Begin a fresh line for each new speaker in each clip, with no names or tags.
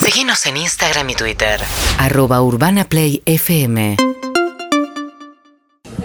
Seguinos en Instagram y Twitter.
arroba urbanaplayfm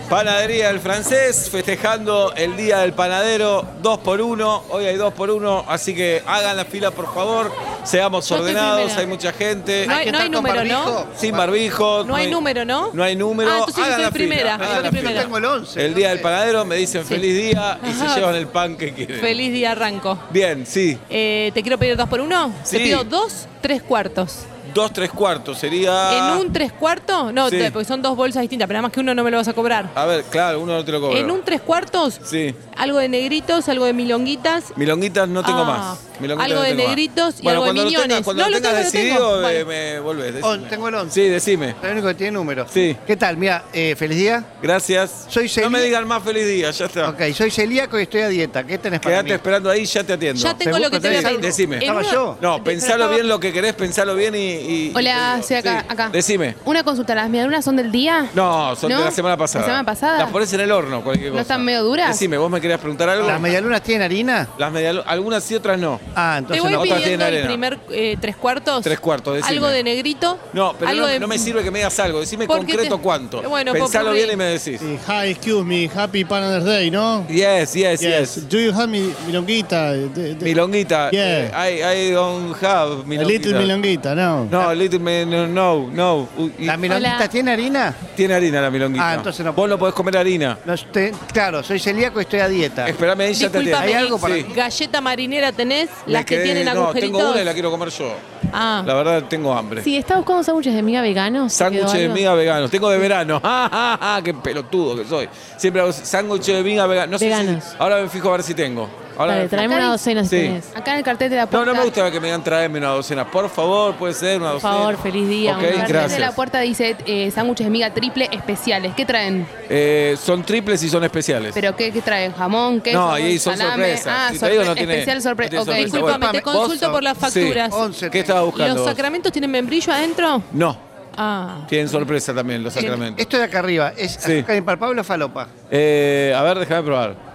Panadería del Francés, festejando el Día del Panadero, 2 por 1 hoy hay 2 por 1 así que hagan la fila por favor, seamos
Yo estoy
ordenados,
primera.
hay mucha gente,
No hay, no hay número, ¿no? Este
sin barbijo.
No hay número, ¿no?
No hay número,
Ah, entonces yo
hagan la
estoy
fila,
primera.
hagan
yo
la
estoy
fila.
primera.
Tengo el 11.
El Día del Panadero me dicen feliz día y se
Ajá.
llevan el pan que quieren.
Feliz día, arranco.
Bien, sí,
Eh, ¿Te quiero pedir dos por uno?
Sí.
Te pido dos, tres cuartos.
2 3 cuartos sería...
¿En un tres cuartos? No,
Ah. Sí.
te- porque son dos bolsas distintas, pero nada más que uno no me lo vas a cobrar.
A ver, claro, uno no te lo cobra.
¿En un tres cuartos?
Sí.
Algo de negritos, algo de milonguitas.
Milonguitas no tengo
Ah,
más. Milonguitas
algo
no
de
tengo más.
negritos y
bueno,
algo de
cuando lo
miñones.
tengas- cuando
No,
lo
lo tengo,
tengas
lo tengo.
decidido, eh,
Vale.
me volvés.
On-
decime.
tengo el 11.
Sí, decime.
Es el único que tiene número.
Sí.
¿Qué tal? Mira, eh, feliz día.
Gracias.
Soy
no
Celina.
me digan más feliz día, ya está.
Ok, soy celíaco y estoy a dieta. ¿Qué tenés para
Quédate
mí?
esperando ahí, ya te atiendo.
Ya tengo lo que te voy a
Pensá-
pedir.
Decime.
En
Estaba
una-
yo.
No,
Pero
pensalo
estaba-
bien lo que querés, pensalo bien y. y-
Hola,
y-
soy acá,
sí.
acá.
Decime.
Una consulta, ¿las medialunas son del día?
No, son de
¿No?
la semana pasada.
¿La semana pasada?
Las pones en el horno, cualquier
¿No
cosa.
están medio duras?
Decime, vos me querías preguntar algo.
¿Las medialunas tienen harina?
Las medialu- Algunas sí, otras no.
Ah,
Te
entonces
voy
no. Otra
pidiendo
tiene
el
arena.
primer eh, tres cuartos.
Tres cuartos, decime.
Algo de negrito.
No, pero
algo
no,
de-
no me sirve que me digas algo. Decime
Porque
concreto
te-
cuánto.
Bueno,
pensalo
popurrí.
bien y me decís.
Eh, Hi, excuse me, happy Panada's Day, ¿no?
Yes, yes, yes.
Do you have mi, milonguita? De- de-
Milonguita. Eh,
Yeah.
I, I don't have
A
milonguita.
little milonguita, no.
No, little mil- no, no. Uy, y-
¿La milonguita
Hola.
tiene harina?
Tiene harina la milonguita.
Ah, entonces no.
Vos no podés comer harina.
No, te- claro, soy celíaco y estoy a dieta.
Esperame ahí, ya te atiendo.
Disculpame,
¿Hay algo para-
Sí.
¿Galleta marinera tenés?
Me
¿Las que
quedé-
tienen
No,
agujeritos?
tengo una y la quiero comer yo.
Ah,
La verdad, tengo hambre.
Sí, estaba buscando sándwiches de miga veganos. ¿te quedó
Sándwiches de
algo?
miga veganos. Tengo de verano. ¡Ah, ah, ah! ¡Qué pelotudo que soy! Siempre hago sándwiches de miga veganos. No sé
Veganos.
si- ahora me fijo a ver si tengo. Ahora
Dale,
me
traeme
fijo.
una docena si
Sí.
tenés. Acá en el cartel de la
No,
puerta.
no me gusta que me digan traerme una docena. Por favor, puede ser una
Por
docena.
favor, feliz
Ok,
día. un cartel de la
gracias.
puerta dice eh, sándwiches de miga triple especiales. ¿Qué traen?
Eh, son triples y son especiales.
¿Pero qué, qué traen? ¿Jamón? ¿Queso?
No, y ahí son
salame?
sorpresas.
Ah,
Si te digo, no
sorpre-
tiene-
especial sorpresa.
no tiene sorpresa.
ok,
disculpame,
Bueno,
te consulto
vos-
por las
Sí.
facturas.
Once
¿Qué estabas buscando?
¿Los
vos?
sacramentos tienen membrillo adentro?
No,
Ah.
tienen sorpresa también los sacramentos.
Esto de acá arriba, ¿es
Sí.
azúcar impalpable o falopa?
Eh, a ver, déjame probar.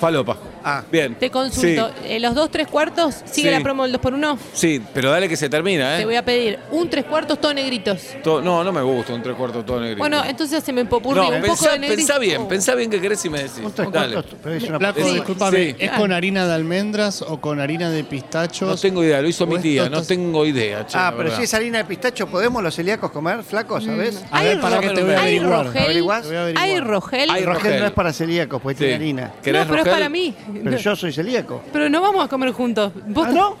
Falopa.
Ah.
Bien.
Te consulto.
Sí.
Eh, ¿Los dos tres cuartos? ¿Sigue
Sí.
la promo del 2 por 1
Sí, pero dale que se termina, ¿eh?
Te voy a pedir un tres cuartos todo negritos.
To- no, no me gusta un tres cuartos todo negrito.
Bueno, entonces se me popurrí
no,
un
pensá,
poco de negrito.
pensá bien,
Oh.
pensá bien qué querés y me decís.
Un tres
Dale.
cuartos, pero es una
Flaco,
Sí.
disculpame,
Sí.
¿es con harina de almendras o con harina de pistachos?
No tengo idea, lo hizo mi
Puesto
tía, no
estás-
tengo idea, che,
Ah,
la
pero
verdad.
si es harina de pistacho, ¿podemos los celíacos comer,
Mm.
flacos, sabes?
A
Hay
ver, para que te voy a
Hay
averiguar.
Rogel.
¿Averiguás?
Te voy a averiguar.
Hay Rogel.
Hay
El Rogel
Rogel.
no es para celíacos porque
Sí.
tiene harina.
¿Querés
No, pero es
Rogel?
para mí.
Pero yo soy celíaco.
Pero no vamos a comer juntos. ¿Vos
¿Ah, no?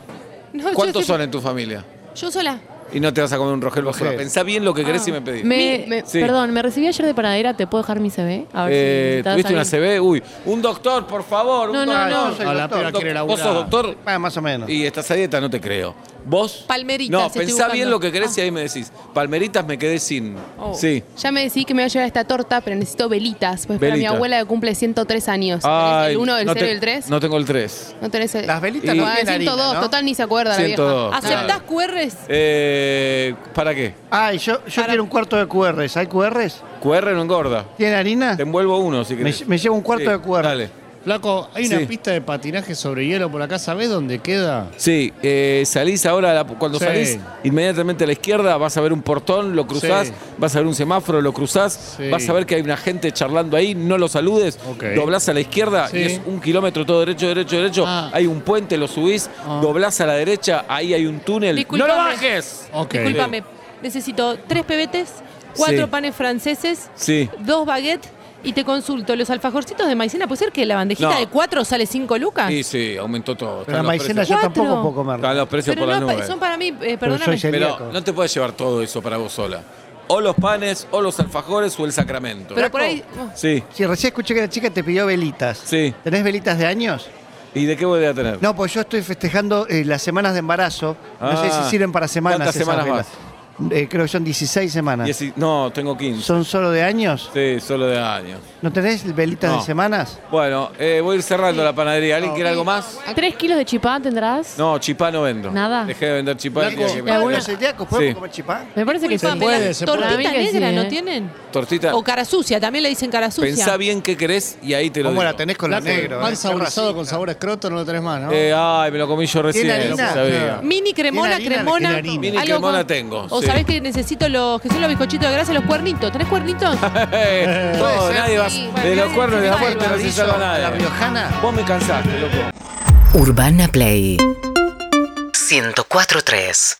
No, yo
¿Cuántos
estoy-
son en tu familia?
Yo sola.
Y no te vas a comer un Rogel vos sola.
Rogel.
Pensá bien lo que querés
Ah,
y me pedís.
Me- me-
Sí.
Perdón, me recibí ayer de panadera. ¿Te puedo dejar mi CV? A ver si
Eh,
necesitas
¿Tuviste una
alguien.
CB? Uy, un doctor, por favor.
No,
un
no,
doc-
Ah,
no.
yo soy
A la
doctor.
pera quiere laburar.
¿Vos sos doctor?
Ah, más o menos.
Y estás a dieta, no te creo. ¿Vos?
Palmeritas,
No,
estoy
pensá
buscando.
bien lo que querés y
Ah.
ahí me decís. Palmeritas me quedé sin.
Oh.
Sí.
Ya me decidí que me va a llevar esta torta, pero necesito velitas. Pues para mi
Velitas. Ah.
abuela que cumple 103 años. ¿Tenés
Ay,
el 1, el
no
0
te-
y el 3?
No tengo el 3.
No tenés el.
Las velitas
no
Ah,
tienen
102,
harina, ¿no?
total ni se acuerda
102.
la vieja.
¿Aceptás QRs?
Eh, ¿Para qué?
Ah, y yo, yo
Para-
quiero un cuarto de QRs. ¿Hay QRs?
QR no engorda.
¿Tiene harina?
Te envuelvo uno si
Me,
querés.
me llevo un cuarto
Sí,
de QR.
Dale.
Flaco, hay una
Sí.
pista de patinaje sobre hielo por acá, ¿sabés dónde queda?
Sí, eh, salís ahora, a la- cuando
Sí.
salís inmediatamente a la izquierda, vas a ver un portón, lo cruzás,
Sí.
vas a ver un semáforo, lo cruzás,
Sí.
vas a ver que hay una gente charlando ahí, no lo saludes,
Ok.
doblás a la izquierda
Sí.
y es un kilómetro todo derecho, derecho, derecho,
Ah.
hay un puente, lo subís,
Ah.
doblás a la derecha, ahí hay un túnel.
Disculpame.
¡No lo bajes!
Ok.
Disculpame. Necesito tres pebetes, cuatro
Sí.
panes franceses,
Sí.
dos baguettes y te consulto. ¿Los alfajorcitos de maicena puede ser que la bandejita
No.
de cuatro sale cinco lucas?
Sí, sí, aumentó todo.
Pero
Están
la
los
maicena
precios-
yo
Cuatro.
tampoco puedo
Están
comer.
los precios
Pero
por las
no, pa-
nubes.
son para mí, eh,
Pero soy
perdóname.
celíaco.
Pero no te puedes llevar todo eso para vos sola. O los panes, o los alfajores, o el sacramento.
Pero por ahí.
Sí.
Si recién escuché que la chica te pidió velitas.
Sí.
¿Tenés velitas de años?
¿Y de qué voy a tener?
No, pues yo estoy festejando eh, las semanas de embarazo. No sé
Ah.
si sirven para semanas.
¿Cuántas
esas
semanas
velas.
más?
eh, creo que son 16 semanas.
Dieci- no, tengo 15.
¿Son solo de años?
Sí, solo de años.
¿No tenés velitas
No.
de semanas?
Bueno, eh, voy a ir cerrando la panadería. ¿Alguien quiere algo más?
¿Tres kilos de chipá tendrás?
No, chipá no vendo.
Nada.
Dejé de vender chipá. el día que me-
¿Y alguna-
¿Los celíacos podemos
Sí.
comer chipá?
Me parece que
Disculpame,
se
¿la
puede, se puede.
Tortita
Para mí que
negra,
sí,
¿no
¿eh?
tienen?
Tortita,
O cara sucia, también le dicen cara sucia.
pensá bien qué querés y ahí te lo
¿Cómo
digo.
la tenés con la
Flaco,
negro?
Pan
eh?
saborizado
Qué
con
racista.
sabor a escroto no lo tenés más, ¿no?
Eh, ay, me lo comí yo recién.
¿Tiene
no
harina?
sabía.
Mini cremona,
Tiene harina,
cremona.
tiene harina.
Mini
Algo
cremona
con-
tengo,
O
sí.
sabés que necesito los que son los bizcochitos de grasa, los cuernitos. ¿Tenés cuernitos?
Eh, no,
Puede ser,
nadie va.
sí.
de
Bueno,
los cuernos y de la muerte no se
Brillo,
salva
La
nadie.
riojana.
Vos me cansaste, loco.
Urbana Play
104.3